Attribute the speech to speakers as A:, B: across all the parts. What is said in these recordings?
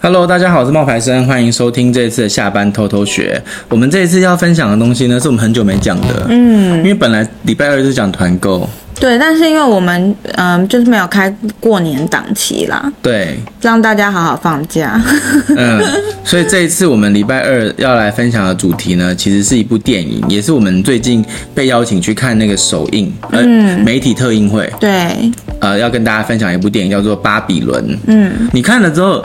A: Hello，大家好，我是冒牌生，欢迎收听这一次的下班偷偷学。我们这一次要分享的东西呢，是我们很久没讲的，嗯，因为本来礼拜二就是讲团购，
B: 对，但是因为我们嗯、就是没有开过年档期啦，
A: 对，
B: 让大家好好放假。
A: 嗯， 所以这一次我们礼拜二要来分享的主题呢，其实是一部电影，也是我们最近被邀请去看那个首映，呃，媒体特映会，
B: 对，
A: 呃，要跟大家分享一部电影叫做《巴比伦》，嗯，你看了之后，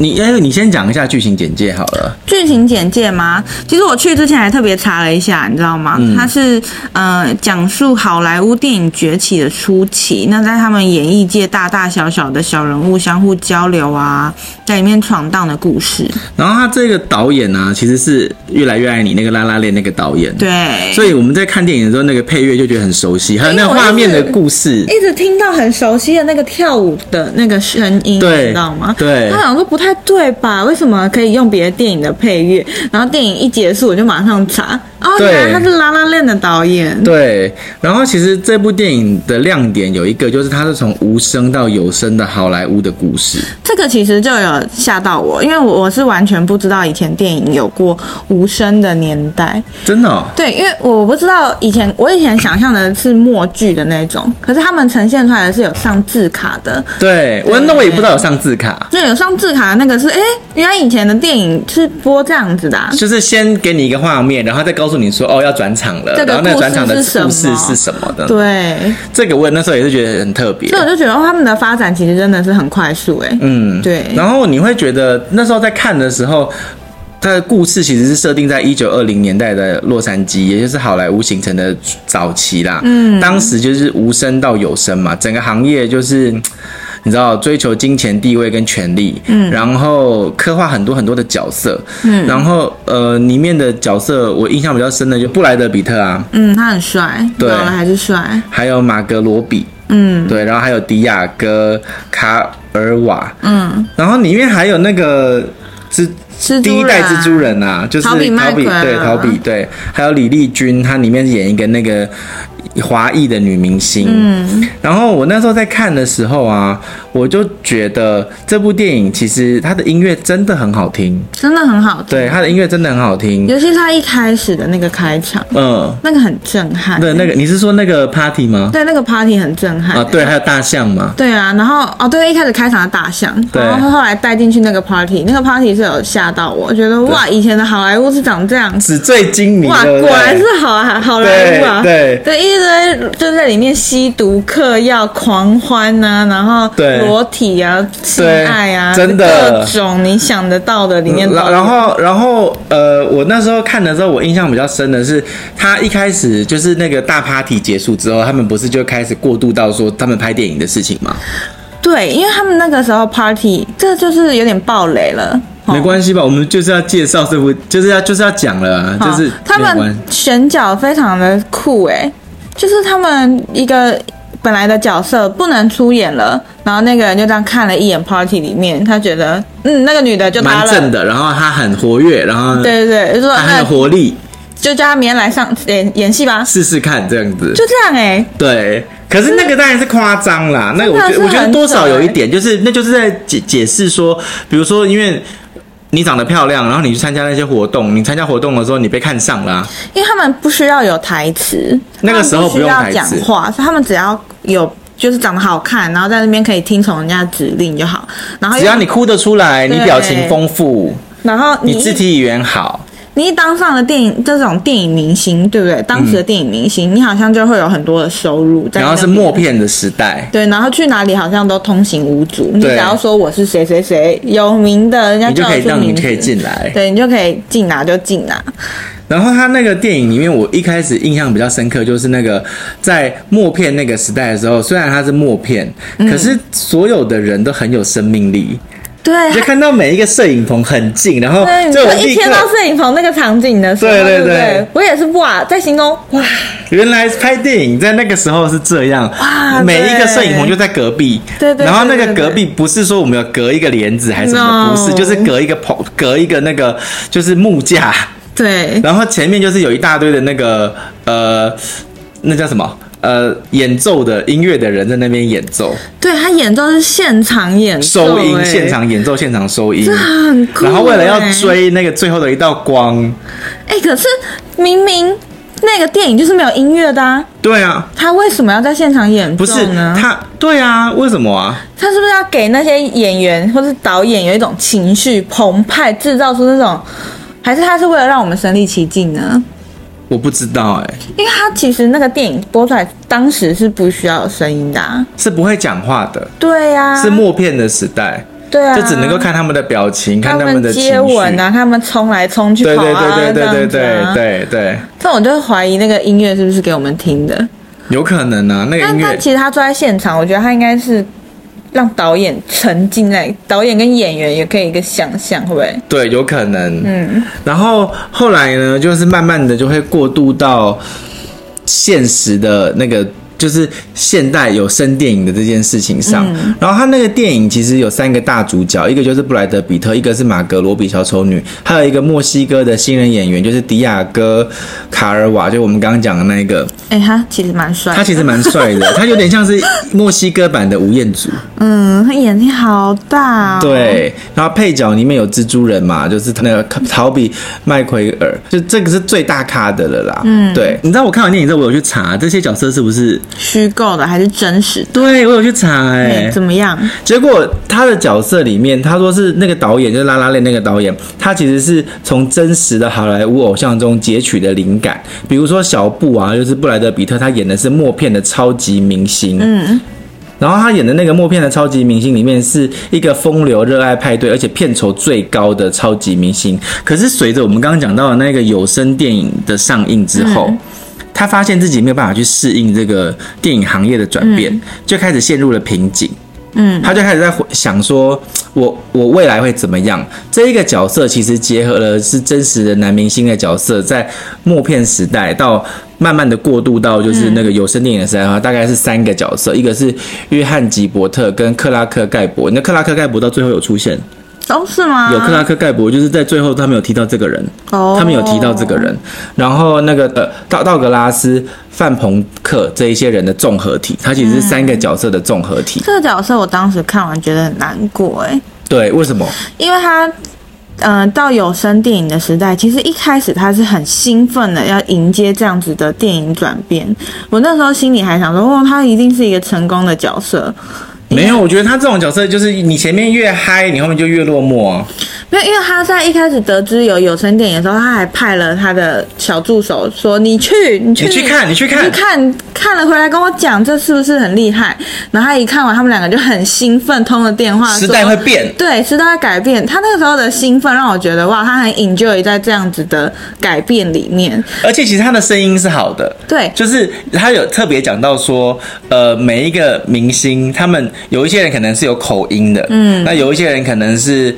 A: 你哎，你先讲一下剧情简介好了，
B: 剧情简介吗？其实我去之前还特别查了一下，你知道吗？它是呃讲述好莱坞电影崛起的初期，那在他们演艺界大大小小的小人物相互交流啊，在里面闯荡的故事。
A: 然后他这个导演呢、其实是《越来越爱你》那个拉拉链那个导演，
B: 对，
A: 所以我们在看电影的时候，那个配乐就觉得很熟悉，还有那个画面的故事，
B: 一直听到很熟悉的那个跳舞的那个声音，你
A: 对
B: 知道吗？
A: 对
B: 他想说不太对吧？为什么可以用别的电影的配乐？然后电影一结束，我就马上查，哦，
A: 对
B: 原来他是拉拉链的导演。
A: 对，然后其实这部电影的亮点有一个，就是它是从无声到有声的好莱坞的故事。
B: 这个其实就有吓到我，因为我我是完全不知道以前电影有过无声的年代。
A: 真的、哦，
B: 对，因为我不知道以前我以前想象的是默剧的那种，可是他们呈现出来的是有上字卡的，
A: 对我那我也不知道有上字卡，
B: 对，有上字卡的那个是，哎，原来以前的电影是播这样子的、啊。
A: 就是先给你一个画面，然后再告诉你说哦要转场了，
B: 这个
A: 然后那
B: 故
A: 转
B: 事
A: 场的
B: 是什
A: 故事
B: 么
A: 是什么的。
B: 对，
A: 这个我也那时候也是觉得很特别
B: 所以。我就觉得、哦、他们的发展其实真的是很快速、哎，
A: 嗯，
B: 对
A: 然后你会觉得那时候在看的时候，它的故事其实是设定在一九二零年代的洛杉矶，也就是好莱坞形成的早期啦。嗯，当时就是无声到有声嘛，整个行业就是。你知道追求金钱、地位跟权力，嗯，然后刻画很多很多的角色，嗯，然后呃，里面的角色我印象比较深的就布莱德比特啊，
B: 嗯，他很帅，
A: 对
B: 老了还是帅，
A: 还有马格罗比，嗯，对，然后还有迪亚哥、卡尔瓦，
B: 嗯，
A: 然后里面还有那个蜘
B: 蜘
A: 第
B: 蛛
A: 一
B: 人
A: 代
B: 啊
A: 蜘蛛人啊，就是
B: 陶比麦
A: 陶比
B: 奎啊
A: 对陶比对，还有李丽君，她里面演一个那个华裔的女明星。嗯，然后我那时候在看的时候啊，我就觉得这部电影其实它的音乐真的很好听，
B: 真的很好听，
A: 对，它的音乐真的很好听。
B: 尤其是他一开始的那个开场，
A: 嗯，
B: 那个很震撼，
A: 对，那个你是说那个 party 吗？
B: 对那个 party 很震撼，
A: 啊，对，还有大象嘛。
B: 对啊，然后哦，对，一开始开场的大象，
A: 对
B: 然后后来带进去那个 party，那个 party 是有吓到我，觉得哇，以前的好莱坞是长这样，
A: 纸醉金迷，
B: 哇，
A: 对不对
B: 果然是好好莱坞啊，
A: 对对
B: 对，一堆就在里面吸毒、嗑药、狂欢呐、然后
A: 对
B: 裸体啊、性爱啊，
A: 真的
B: 各种你想得到的里面都有
A: 然然后然后呃，我那时候看的时候，我印象比较深的是，他一开始就是那个大 party 结束之后，他们不是就开始过渡到说他们拍电影的事情吗？
B: 对，因为他们那个时候 party，这就是有点暴雷了。哦
A: 没关系吧，我们就是要介绍这部，就是要就是要讲了啊，就
B: 好
A: 是
B: 他
A: 没有关
B: 们选角非常的酷诶、就是他们一个本来的角色不能出演了，然后那个人就这样看了一眼 party 里面，他觉得嗯那个女的就她
A: 蛮
B: 了，
A: 正的，然后他很活跃，然后
B: 对对对，就说
A: 他很
B: 那
A: 有活力，
B: 就叫她明天来上演演戏吧，
A: 试试看这样子，
B: 就这样欸诶、
A: 对。可是那个当然是夸张啦，那个我觉
B: 真的
A: 得
B: 是
A: 我觉得
B: 很
A: 多少
B: 扯
A: 有一
B: 欸
A: 点，就是那就是在解解释说，比如说因为你长得漂亮，然后你去参加那些活动，你参加活动的时候你被看上啦、
B: 因为他们不需要有台词，
A: 那个时候
B: 他们
A: 不
B: 需
A: 用
B: 要
A: 台词
B: 讲话，所以他们只要有就是长得好看，然后在那边可以听从人家指令就好。然后又
A: 只要你哭得出来，你
B: 对
A: 表情丰富，
B: 然后你
A: 你肢
B: 一
A: 体语言好，
B: 你一当上了电影这种电影明星，对不对？当时的电影明星，你好像就会有很多的收入在
A: 然
B: 那
A: 后
B: 边。
A: 是默片的时代，
B: 对，然后去哪里好像都通行无阻。你
A: 对
B: 只要说我是谁谁谁有名的，人家
A: 你就
B: 叫
A: 可
B: 得
A: 以
B: 出
A: 让你
B: 名字
A: 可以进来。
B: 对你就可以进啊哪就进哪。
A: 然后他那个电影里面，我一开始印象比较深刻，就是那个在默片那个时代的时候，虽然它是默片，
B: 嗯
A: 可是所有的人都很有生命力，
B: 对
A: 你就，看到每一个摄影棚很近，然后
B: 对，你
A: 就
B: 说
A: 有
B: 一
A: 立
B: 天到
A: 刻，
B: 摄影棚那个场景的时候，
A: 对对
B: 对不
A: 对
B: 我也是哇，在心中哇，
A: 原来拍电影在那个时候是这样，
B: 哇
A: 每一个
B: 对
A: 摄影棚就在隔壁，
B: 对对对
A: 然后那个
B: 对对
A: 隔壁不是说我们有隔一个帘子还是什么，
B: No
A: 不是，就是隔一个棚，隔一个那个就是木 架，
B: 对
A: 然后前面就是有一大堆的那个呃，那叫什么？呃演奏的音乐的人在那边演奏，
B: 对他演奏是现场演奏、
A: 收音，
B: 哎
A: 现场演奏，现场收音，
B: 这很酷
A: 然后为了要
B: 哎
A: 追那个最后的一道光，
B: 哎、可是明明那个电影就是没有音乐的啊，
A: 对啊，
B: 他为什么要在现场演
A: 不是
B: 奏呢？
A: 他，对啊，为什么啊？
B: 他是不是要给那些演员或是导演有一种情绪澎湃，制造出那种？还是他是为了让我们身临其境呢？
A: 我不知道哎、
B: 因为他其实那个电影播出来，当时是不需要有声音的、啊。
A: 是不会讲话的，
B: 对啊呀、
A: 是默片的时代，
B: 对啊，
A: 就只能够看他们的表情，看
B: 他
A: 们的情绪
B: 接吻啊，他们冲来冲去
A: 对
B: 跑
A: 对
B: 啊，
A: 对对
B: 这样
A: 对对
B: 子啊
A: 对对对，
B: 这种就怀疑那个音乐是不是给我们听的。
A: 有可能啊，那个
B: 但
A: 音
B: 但
A: 乐
B: 其实他坐在现场，我觉得他应该是让导演沉浸在，导演跟演员也可以一个想象，会不会？
A: 对有可能，
B: 嗯，
A: 然后后来呢，就是慢慢的就会过渡到现实的那个。就是现代有声电影的这件事情上，然后他那个电影其实有三个大主角，一个就是布莱德比特，一个是马格罗比小丑女，还有一个墨西哥的新人演员，就是迪亚哥卡尔瓦，就我们刚刚讲的那一个，
B: 哎、他其实蛮帅的，
A: 他其实蛮帅的，他有点像是墨西哥版的吴彦祖。
B: 嗯，他眼睛好大、哦，，
A: 对，然后配角里面有蜘蛛人嘛，就是那个陶比麦奎尔，就这个是最大咖的了啦。嗯，对，你知道我看完电影之后，我有去查这些角色是不是？
B: 虚构的还是真实的？
A: 对，我有去查哎、
B: 哎、怎么样？
A: 结果他的角色里面，他说是那个导演，就是拉拉链那个导演，他其实是从真实的好莱坞偶像中截取的灵感，比如说小布啊，就是布莱德比特，他演的是默片的超级明星，
B: 嗯，
A: 然后他演的那个默片的超级明星里面是一个风流热爱派对，而且片酬最高的超级明星。可是随着我们刚刚讲到的那个有声电影的上映之后，他发现自己没有办法去适应这个电影行业的转变，就开始陷入了瓶颈。
B: 嗯，
A: 他就开始在回想说，我我未来会怎么样？这一个角色其实结合了是真实的男明星的角色，在默片时代到慢慢的过渡到就是那个有声电影的时代的话，大概是三个角色，一个是约翰吉伯特跟克拉克盖博。那克拉克盖博到最后有出现，
B: 哦，是吗？
A: 有克拉克盖博，就是在最后他们有提到这个人，
B: 哦
A: 他们有提到这个人，然后那个呃道道格拉斯、范朋克这一些人的综合体，它其实是三个角色的综合体。
B: 这个角色，我当时看完觉得很难过、哎。
A: 对，为什么？
B: 因为他，嗯、到有声电影的时代，其实一开始他是很兴奋的，要迎接这样子的电影转变。我那时候心里还想说，哦，他一定是一个成功的角色，
A: 没有，我觉得他这种角色就是你前面越嗨，你后面就越落寞啊。
B: 没有，因为他在一开始得知有有声电影的时候，他还派了他的小助手说：“你去，你去，
A: 你去看你去看
B: 你去看，看了回来跟我讲，这是不是很厉害？”然后他一看完，他们两个就很兴奋，通了电话。
A: 时代
B: 说
A: 会变
B: 对，时代会改变。他那个时候的兴奋让我觉得哇，他很 enjoy 在这样子的改变里面。
A: 而且其实他的声音是好的，
B: 对
A: 就是他有特别讲到说，呃，每一个明星，他们有一些人可能是有口音的，嗯，那有一些人可能是。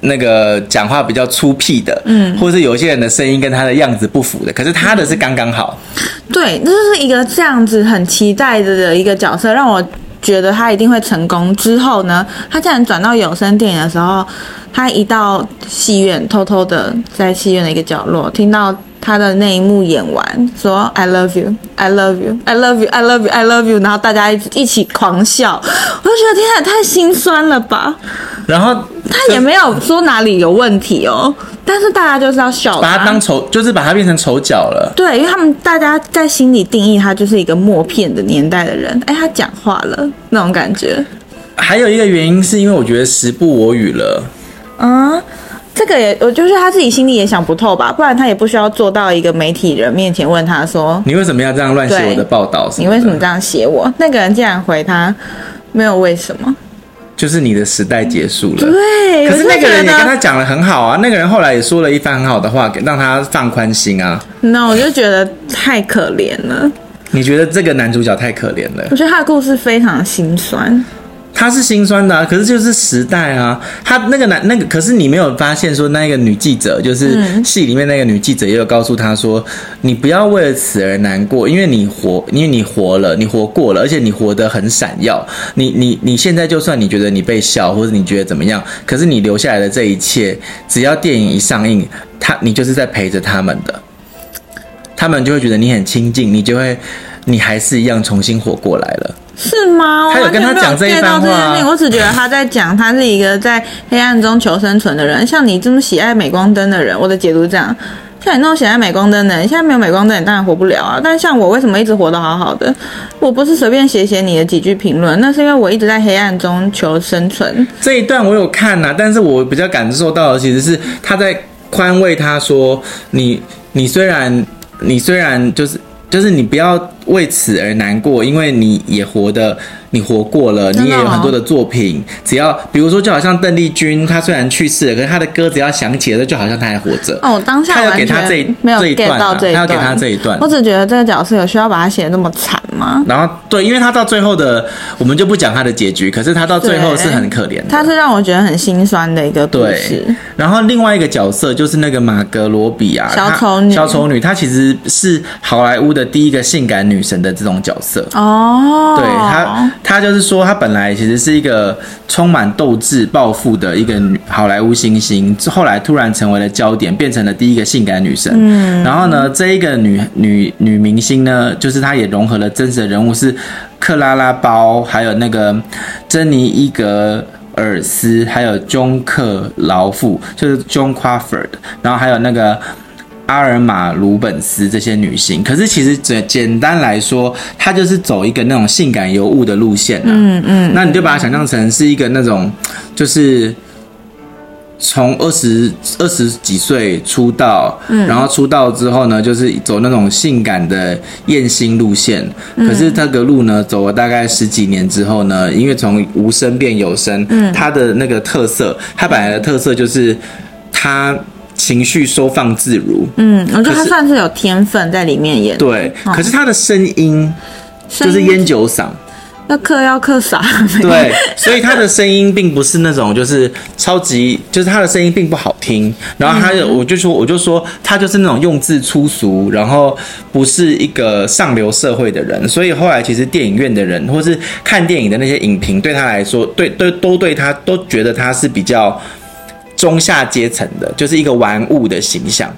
A: 那个讲话比较粗僻的，嗯，或是有一些人的声音跟他的样子不符的，可是他的是刚刚好，
B: 对，这就是一个这样子很期待着的一个角色，让我觉得他一定会成功。之后呢，他竟然转到有声电影的时候，他一到戏院，偷偷的在戏院的一个角落，听到他的那一幕演完，说 “I love you, I love you, I love you, I love you, I love you”，然后大家一起一起狂笑，我就觉得天啊，也太心酸了吧！
A: 然后
B: 嗯他也没有说哪里有问题哦，但是大家就是要笑
A: 把他当丑，就是把他变成丑角了。
B: 对，因为他们大家在心里定义他就是一个默片的年代的人，哎，他讲话了那种感觉，
A: 还有一个原因是因为我觉得时不我与了，啊
B: 嗯，这个也我就是他自己心里也想不透吧，不然他也不需要做到一个媒体人面前问他说
A: 你为什么要这样乱写我的报道什
B: 你
A: 的
B: 为什么这样写我，那个人竟然回他没有为什么，
A: 就是你的时代结束
B: 嗯
A: 了。
B: 对，
A: 可是那个人也跟他
B: 他
A: 讲的很好啊，那个人后来也说了一番很好的话，给让他放宽心啊。
B: 那我就觉得太可怜了，
A: 你觉得这个男主角太可怜了
B: 我，觉得他的故事非常心酸，
A: 他是心酸的、啊，可是就是时代啊。他那个男那个，可是你没有发现说那个女记者，就是戏里面那个女记者也有告诉他说，你不要为了此而难过，因为你活，因为你活了，你活过了，而且你活得很闪耀。你你你现在就算你觉得你被笑，或者你觉得怎么样，可是你留下来的这一切，只要电影一上映，他你就是在陪着他们的。他们就会觉得你很亲近，你就会你还是一样重新活过来了。
B: 是吗？
A: 他有跟他讲这
B: 这
A: 一番话啊
B: 这件事情，我只觉得他在讲他是一个在黑暗中求生存的人。像你这么喜爱镁光灯的人，我的解读是这样：像你那种喜爱镁光灯的人，现在没有镁光灯，你当然活不了啊。但像我，为什么一直活得好好的？我不是随便写写你的几句评论，那是因为我一直在黑暗中求生存。
A: 这一段我有看呐、但是我比较感受到的其实是他在宽慰他说：“你你虽然你虽然就是就是你不要为此而难过，因为你也活的你活过了，
B: 真的哦
A: 你也有很多的作品。只要比如说，就好像邓丽君，她虽然去世了，可是她的歌只要响起了，就好像她还活着。
B: 哦，我当下
A: 他有
B: 完
A: 给他这
B: 全
A: 一
B: 没有
A: 这一
B: get
A: 段
B: 到
A: 啊
B: 这一
A: 他有给他这一段
B: 我只觉得这个角色有需要把它写得那么惨吗？
A: 然后对，因为他到最后的，我们就不讲他的结局，可是他到最后是很可怜的。
B: 它是让我觉得很心酸的一个故事
A: 对。，然后另外一个角色就是那个马格罗比啊，
B: 小
A: 她
B: 丑女
A: 小丑女，她其实是好莱坞的第一个性感女神的这种角色。
B: 哦，
A: 对她，她就是说，她本来其实是一个充满斗志、抱负的一个女好莱坞新星，后来突然成为了焦点，变成了第一个性感女神。嗯，然后呢，这一个女女女明星呢，就是她也融合了真实的人物，是克拉拉包，还有那个珍妮伊格。尔斯，还有中克劳夫，就是 John Crawford，然后还有那个阿尔玛鲁本斯这些女性，可是其实简简单来说，她就是走一个那种性感尤物的路线、啊。嗯嗯，那你就把它想象成是一个那种，就是从二十二十几岁出道，然后出道之后呢，就是走那种性感的艳星路线。可是这个路呢，走了大概十几年之后呢，因为从无声变有声，她的那个特色，她本来的特色就是她情绪收放自如。
B: 嗯，我觉得
A: 可
B: 他
A: 是
B: 算是有天分在里面哦演，，
A: 对，可是他的声音就是烟酒 嗓，
B: 要克要克啥？
A: 对，所以他的声音并不是那种就是超级，就是他的声音并不好听。然后他有，
B: 嗯
A: 我就说，我就说他就是那种用字粗俗，然后不是一个上流社会的人。所以后来其实电影院的人或是看电影的那些影评，对他来说，对对都对他都觉得他是比较。中下阶层的，就是一个玩物的形象，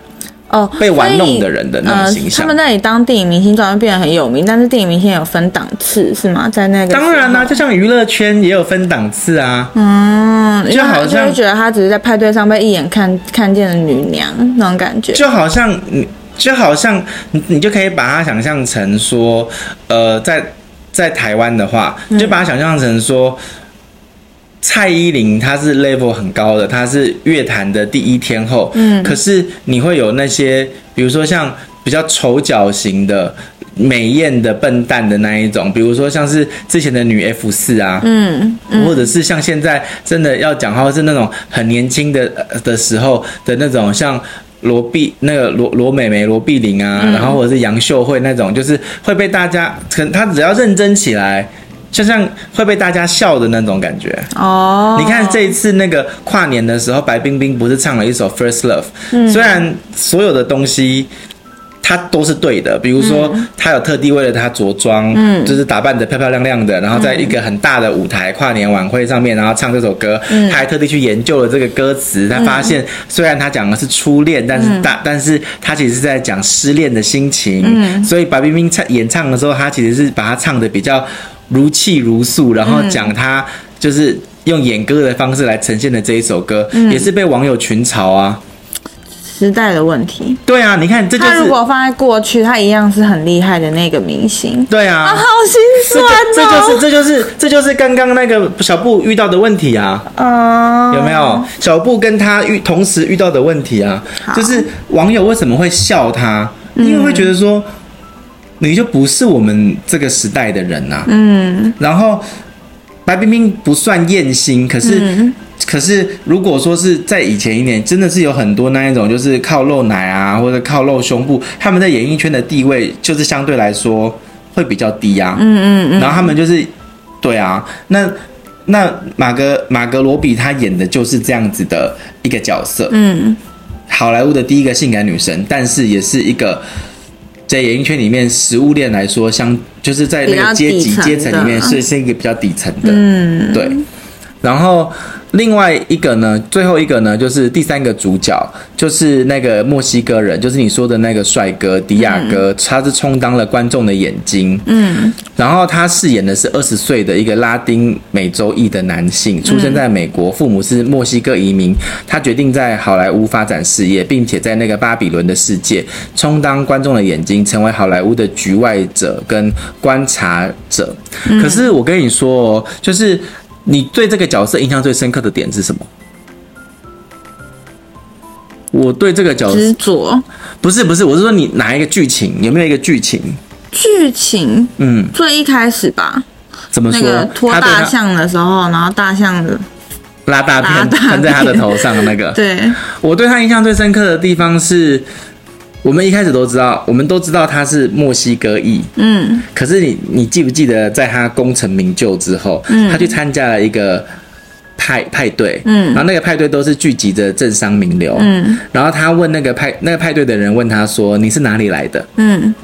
B: 哦，
A: 被玩
B: 所以
A: 弄的人的那种形
B: 呃。他
A: 象。
B: 们那里当电影明星，照样变得很有名，但是电影明星也有分档次是吗？在那个
A: 当然啦、
B: 时
A: 就像娱乐圈也有分档次啊。
B: 候嗯，
A: 就好像
B: 因为他就会觉得她只是在派对上被一眼看看见的女娘那种感觉。
A: 就好像你，就好像你，你就可以把它想象成说，呃，在在台湾的话，你就把它想象成说。蔡依林她是 level 很高的，她是乐坛的第一天后。嗯，可是你会有那些，比如说像比较丑角型的、美艳的、笨蛋的那一种，比如说像是之前的女 F 四啊，
B: 嗯，
A: 或者是像现在真的要讲话是那种很年轻的呃的时候的那种，像罗碧那个罗罗美美、罗碧玲
B: 嗯
A: 啊，然后或者是杨秀慧那种，就是会被大家，可能她只要认真起来，就像会被大家笑的那种感觉。
B: 哦，
A: 你看这一次那个跨年的时候，白冰冰不是唱了一首《First Love》？虽
B: 嗯
A: 然所有的东西。她都是对的，比如说她有特地为了她着装，嗯，就是打扮得漂漂亮亮的，然后在一个很大的舞台跨年晚会上面，然后唱这首歌，她还特地去研究了这个歌词，她发现虽然她讲的是初恋，但是大，但是她其实是在讲失恋的心情，嗯，所以白冰冰唱演唱的时候，她其实是把它唱的比较如泣如诉，然后讲她就是。用演歌的方式来呈现的这一首歌，也是被网友群嘲啊。
B: 时代的问题。
A: 对啊，你看，这就
B: 她
A: 是
B: 如果放在过去，她一样是很厉害的那个明星。
A: 对啊，
B: 啊，好心
A: 这
B: 酸
A: 就
B: 哦！
A: 这就是这就是这就是刚刚那个小布遇到的问题啊，
B: 啊，
A: 有没有？小布跟他遇同时遇到的问题啊，就是网友为什么会笑他？因为会觉得说，你就不是我们这个时代的人呐、嗯，然后白冰冰不算艳星，可是。可是，如果说是在以前一点，真的是有很多那一种，就是靠露奶啊，或者靠露胸部，他们在演艺圈的地位就是相对来说会比较低啊。嗯嗯嗯。然后他们就是，对啊，那那马格马格罗比她演的就是这样子的一个角色，
B: 嗯，
A: 好莱坞的第一个性感女神，但是也是一个在演艺圈里面食物链来说，相就是在那个阶级
B: 比较
A: 阶
B: 底层的
A: 嗯层里面是是一个比较底层的，嗯，对。然后另外一个呢，最后一个呢，就是第三个主角，就是那个墨西哥人，就是你说的那个帅哥迪亚哥，他是充当了观众的眼睛。嗯，然后他饰演的是二十岁的一个拉丁美洲裔的男
B: 嗯
A: 性，出生在美国，父母是墨西哥移民。他决定在好莱坞发展事业，并且在那个巴比伦的世界充当观众的眼睛，成为好莱坞的局外者跟观察者。
B: 嗯
A: 可是我跟你说、哦，就是。你对这个角色印象最深刻的点是什么？我对这个角色
B: 执着
A: 不是不是，我是说你哪一个剧情有没有一个剧情？
B: 剧情
A: 嗯，
B: 最一开始吧，
A: 怎么
B: 那
A: 说？
B: 个拖
A: 他对
B: 大
A: 他
B: 象的时候，然后大象的
A: 拉大
B: 拉
A: 片
B: 大
A: 喷在他的
B: 片
A: 头上的那个，
B: 对，
A: 我对他印象最深刻的地方是，我们一开始都知道，我们都知道他是墨西哥裔，
B: 嗯，
A: 可是你你记不记得，在他功成名就之后，他去参加了一个派派对，
B: 嗯
A: 然后那个派对都是聚集着政商名流，
B: 嗯，
A: 然后他问那个派那个派对的人问他说你是哪里来的？
B: 嗯，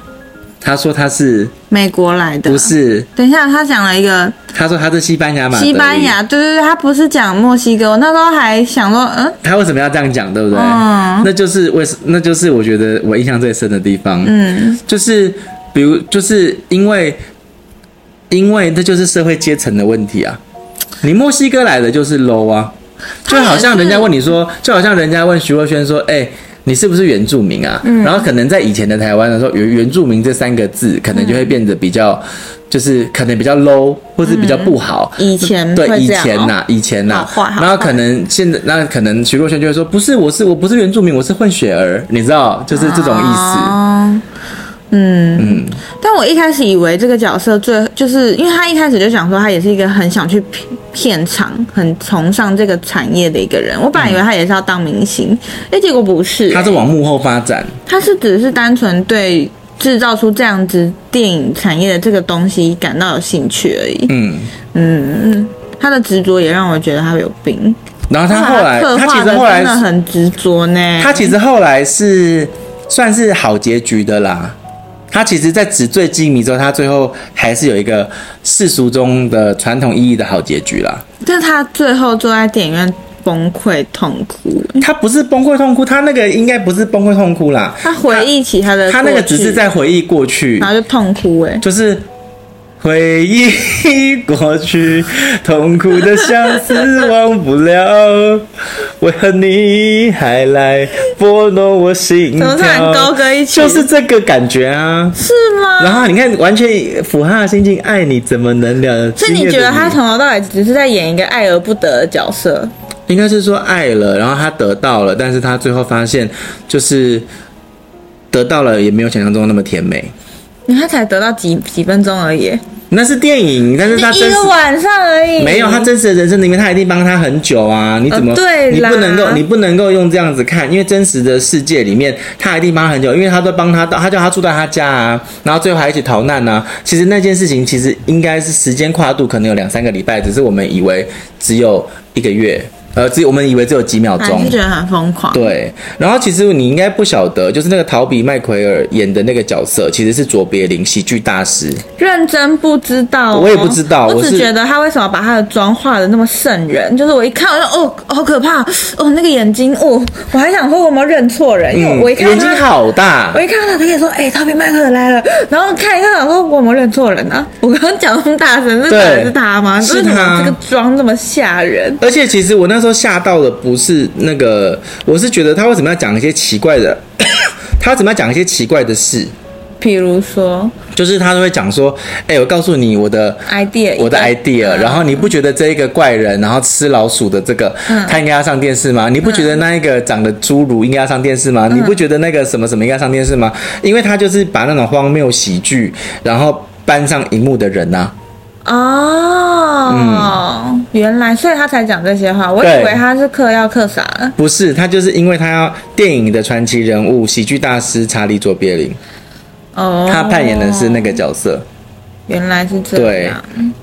A: 他说他是
B: 美国来的
A: 不。是？
B: 等一下，他讲了一个
A: 他说他是西班牙马德里
B: 西班，牙，对对对，他不是讲墨西哥，我那时候还想说，嗯，
A: 他为什么要这样讲，对不对？
B: 嗯
A: 那就是为什，那就是我觉得我印象最深的地方，嗯，就是比如就是因为因为这就是社会阶层的问题啊，你墨西哥来的就是 low 啊，就好像人家问你说，就好像人家问徐若瑄说，哎、你是不是原住民啊？
B: 嗯
A: 然后可能在以前的台湾的时候，原原住民这三个字可能就会变得比较，
B: 嗯
A: 就是可能比较 low，或是比较不好。
B: 以前
A: 对
B: 会
A: 以
B: 这样
A: 前
B: 哦
A: 呐、以前呐、
B: 好坏好
A: 然后
B: 坏
A: 可能现在，那可能徐若瑄就会说，不是，我是我不是原住民，我是混血儿，你知道，就是这种意思。
B: 哦嗯嗯，但我一开始以为这个角色最就是因为他一开始就讲说他也是一个很想去片片场、很崇尚这个产业的一个人。我本来以为他也是要当明星，哎、结果不是、
A: 嗯他是往幕后发展，
B: 他是只是单纯对制造出这样子电影产业的这个东西感到有兴趣而已。嗯
A: 嗯。
B: 他的执着也让我觉得他有病。
A: 然后他后来，
B: 刻
A: 他
B: 画
A: 其实
B: 的
A: 后来
B: 真的很执着呢。
A: 他其实后来是算是好结局的啦。他其实，在纸醉金迷之后，他最后还是有一个世俗中的传统意义的好结局啦。
B: 但他最后坐在电影院崩溃痛哭，
A: 他不是崩溃痛哭，他那个应该不是崩溃痛哭啦，
B: 他回忆起他的
A: 他那个
B: 过去嗯
A: 只是，在回忆过去
B: 然，后就痛哭哎、
A: 就是回忆过去，痛苦的相思忘不了，为何你还来拨弄我心
B: 怎么突然
A: 跳？
B: 高歌一曲
A: 就是这个感觉啊。
B: 是吗？
A: 然后你看，完全符合他的心境，爱你怎么能了？
B: 所以你觉得他从头到尾只是在演一个爱而不得的角色？
A: 应该是说爱了，然后他得到了，但是他最后发现就是得到了也没有想象中那么甜美。
B: 因为他才得到几几分钟而已，
A: 那是电影，但是他
B: 一
A: 真实
B: 个晚上而已。
A: 没有他真实的人生里面，他一定帮他很久啊！你怎么、
B: 呃对
A: 你
B: 啦
A: 不能够你不能够用这样子看，因为真实的世界里面，他一定帮他很久，因为他都帮他到，他叫他住在他家啊，然后最后还一起逃难啊。其实那件事情其实应该是时间跨度可能有两三个礼拜，只是我们以为只有一个月，呃，只有我们以为只有几秒
B: 还
A: 钟
B: 是。啊觉得很疯狂。
A: 对，然后其实你应该不晓得，就是那个陶比麦奎尔演的那个角色，其实是卓别林喜剧大师。
B: 认真不知道哦、
A: 我也不知道
B: 我
A: 我
B: 只
A: 是
B: 觉得他为什么把他的妆画的那么瘆人，就是我一看，我就哦，好可怕哦，那个眼睛哦，我还想说我有没有认错人，因为哎我一
A: 嗯
B: 看
A: 眼睛
B: 他，
A: 好大
B: 我，一看到他也说，哎、陶比麦克来了，然后看一看，我说我有没有认错人啊？我刚刚讲那么大声，是
A: 对
B: 真的是他吗？
A: 是
B: 为什
A: 他
B: 么这个妆这么吓人？
A: 而且其实我那时候吓到的不是那个，我是觉得他为什么要讲一些奇怪的， 他怎么要讲一些奇怪的事？
B: 比如说
A: 就是他都会讲说，哎、我告诉你我的
B: idea，
A: 我的
B: 一个
A: idea，、然后你不觉得这一个怪人，然后吃老鼠的这个，他应该要上电视吗？你不觉得那一个长得侏儒应该要上电视吗？你不觉得那个什么什么应该上电视吗？因为他就是把那种荒谬喜剧，然后搬上荧幕的人啊呐、
B: 哦，原来，所以他才讲这些话，我以
A: 嗯对
B: 为他是嗑药嗑傻了。
A: 不是他就是因为他要电影的传奇人物喜剧大师查理卓别林。
B: 哦，
A: 他扮演的是那个角色，
B: 原来是这
A: 对
B: 样。。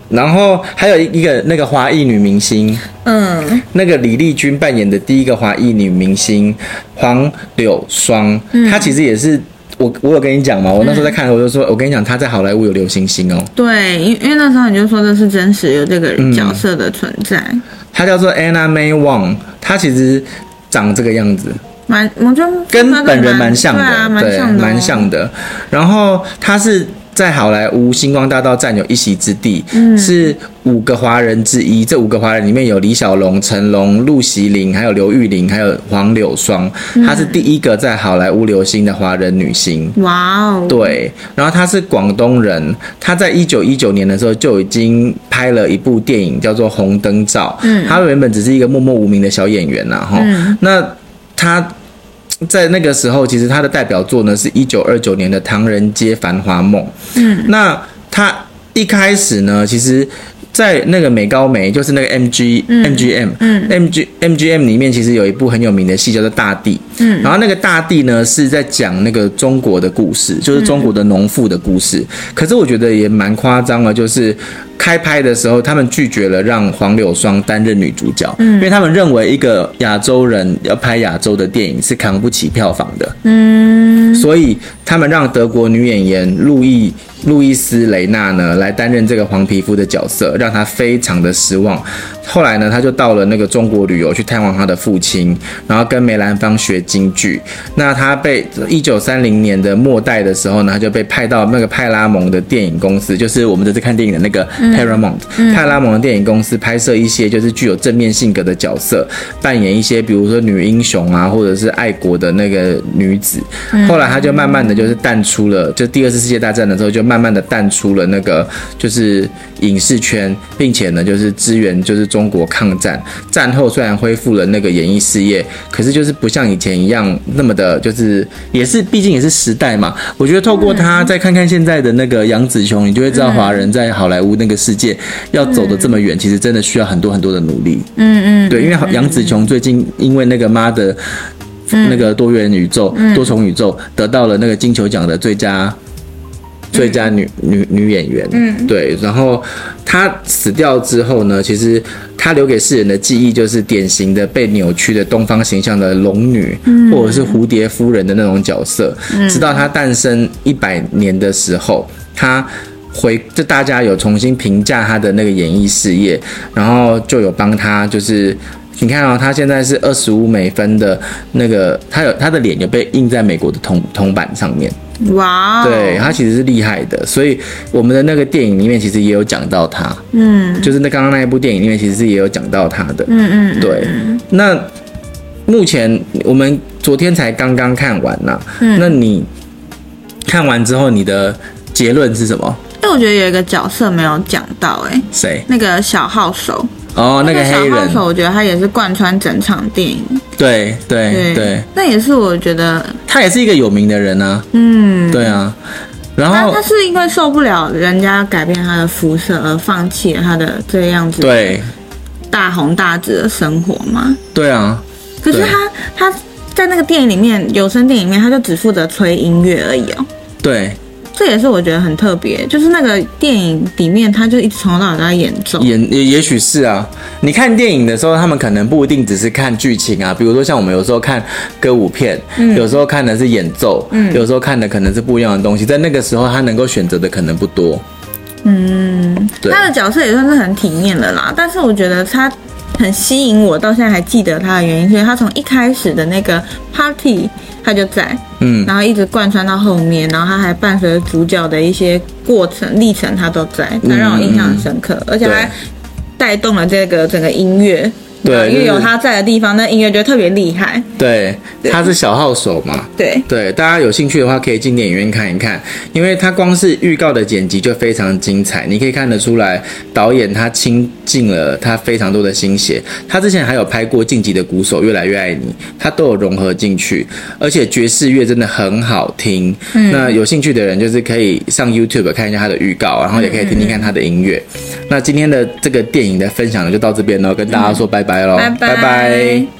A: 然后还有一个那个华裔女明星，
B: 嗯，
A: 那个李丽君扮演的第一个华裔女明星黄柳霜，她其实也是我我有跟你讲嘛，我那时候在看，我就说，我跟你讲，她在好莱坞有流行星哦，
B: 对，因因为那时候你就说这是真实有这个人角色的存在，
A: 她叫做 Anna May Wong，她其实长这个样子，
B: 蛮，我觉得
A: 跟本人蛮像的，
B: 对啊，
A: 对，
B: 像的、
A: 蛮
B: 的。
A: 像的。然后她是在好莱坞星光大道占有一席之地，
B: 嗯
A: 是五个华人之一。这五个华人里面有李小龙、成龙、陆席琳，还有刘玉玲，还有黄柳霜。
B: 嗯
A: 她是第一个在好莱坞流星的华人女星。
B: 哇哦，
A: 对，然后她是广东人，她在一九一九年的时候就已经拍了一部电影，叫做《红灯照》。嗯，她原本只是一个默默无名的小演员呐、哈、那她在那个时候，其实她的代表作呢是一九二九年的《唐人街繁华梦》。嗯， 那她一开始呢，其实。在那个美高梅，就是那个 MG、MGM、MG、MGM 里面，其实有一部很有名的戏叫做《大地》。嗯，然后那个《大地》呢是在讲那个中国的故事，就是中国的农妇的故事。可是我觉得也蛮夸张的，就是开拍的时候，他们拒绝了让黄柳霜担任女主角，因为他们认为一个亚洲人要拍亚洲的电影是扛不起票房的。所以他们让德国女演员路易路易斯雷娜呢来担任这个黄皮肤的角色，让她非常的失望。后来呢，她就到了那个中国旅游去探望她的父亲，然后跟梅兰芳学京剧。那她被一九三零年的末代的时候呢，她就被派到那个派拉蒙的电影公司，就是我们这次看电影的那个 Paramount、派拉蒙的电影公司拍摄一些就是具有正面性格的角色，扮演一些比如说女英雄啊，或者是爱国的那个女子。后来她就慢慢的就是淡出了，就第二次世界大战的时候就慢慢的淡出了那个就是影视圈，并且呢就是支援就是中国抗战。战后虽然恢复了那个演艺事业，可是就是不像以前一样那么的，就是也是毕竟也是时代嘛。我觉得透过她再看看现在的那个杨紫琼，你就会知道华人在好莱坞那个世界要走的这么远，其实真的需要很多很多的努力。
B: 嗯嗯，嗯
A: 对，因为杨紫琼最近因为那个妈的，那个多元宇宙、多重宇宙得到了那个金球奖的最佳。最佳女女女演员，嗯，对，然后她死掉之后呢，其实她留给世人的记忆就是典型的被扭曲的东方形象的龙女，或者是蝴蝶夫人的那种角色。直到她诞生一百年的时候，她回就大家有重新评价他的那个演艺事业，然后就有帮他就是。你看哦，他现在是二十五美分的那个，他有他的脸有被印在美国的铜铜板上面，
B: 哇哦，
A: 对他其实是厉害的，所以我们的那个电影里面其实也有讲到他，嗯，就是那刚刚那一部电影里面其实也有讲到他的，
B: 嗯嗯，
A: 对，那目前我们昨天才刚刚看完呐、
B: 嗯
A: 那你看完之后你的结论是什么？
B: 但我觉得有一个角色没有讲到、哎，
A: 谁？
B: 那个小号手，
A: 哦，那个黑
B: 小号
A: 人，
B: 手，我觉得他也是贯穿整场电影，
A: 对对哎对，，
B: 那也是我觉得，
A: 他也是一个有名的人啊，
B: 嗯，
A: 对啊，然
B: 他
A: 后
B: 他是因为受不了人家改变他的肤色而放弃了他的这样子
A: 对
B: 大红大紫的生活嘛，
A: 对啊，
B: 可是
A: 对
B: 他他在那个电影里面，有声电影里面，他就只负责吹音乐而已哦。
A: 对
B: 这也是我觉得很特别，就是那个电影里面，他就一直从头到尾都在演奏。
A: 也也也许是啊。你看电影的时候，他们可能不一定只是看剧情啊，比如说像我们有时候看歌舞片，有时候看的是演奏，有时候看的可能是不一样的东西。在那个时候，他能够选择的可能不多。嗯，对
B: 他的角色也算是很体面了啦，但是我觉得他很吸引我，到现在还记得他的原因，所以他从一开始的那个 party 他就在，
A: 嗯
B: 然后一直贯穿到后面，然后他还伴随着主角的一些过程历程，他都在，他让我印象很深刻，而且还
A: 嗯对
B: 带动了这个整个音乐。
A: 对
B: 然后因为
A: 就是
B: 有他在的地方，那音乐就特别厉害。
A: 对，他是小号手嘛。
B: 对，
A: 对，大家有兴趣的话，可以进电影院看一看，因为它光是预告的剪辑就非常精彩，你可以看得出来，导演他倾尽了他非常多的心血。他之前还有拍过《晋级的鼓手》《越来越爱你》，他都有融合进去，而且爵士乐真的很好听。那有兴趣的人就是可以上 YouTube 看一下他的预告，然后也可以听听看他的音乐。那今天的这个电影的分享呢，就到这边喽，跟大家说拜拜喽，
B: 拜拜
A: 拜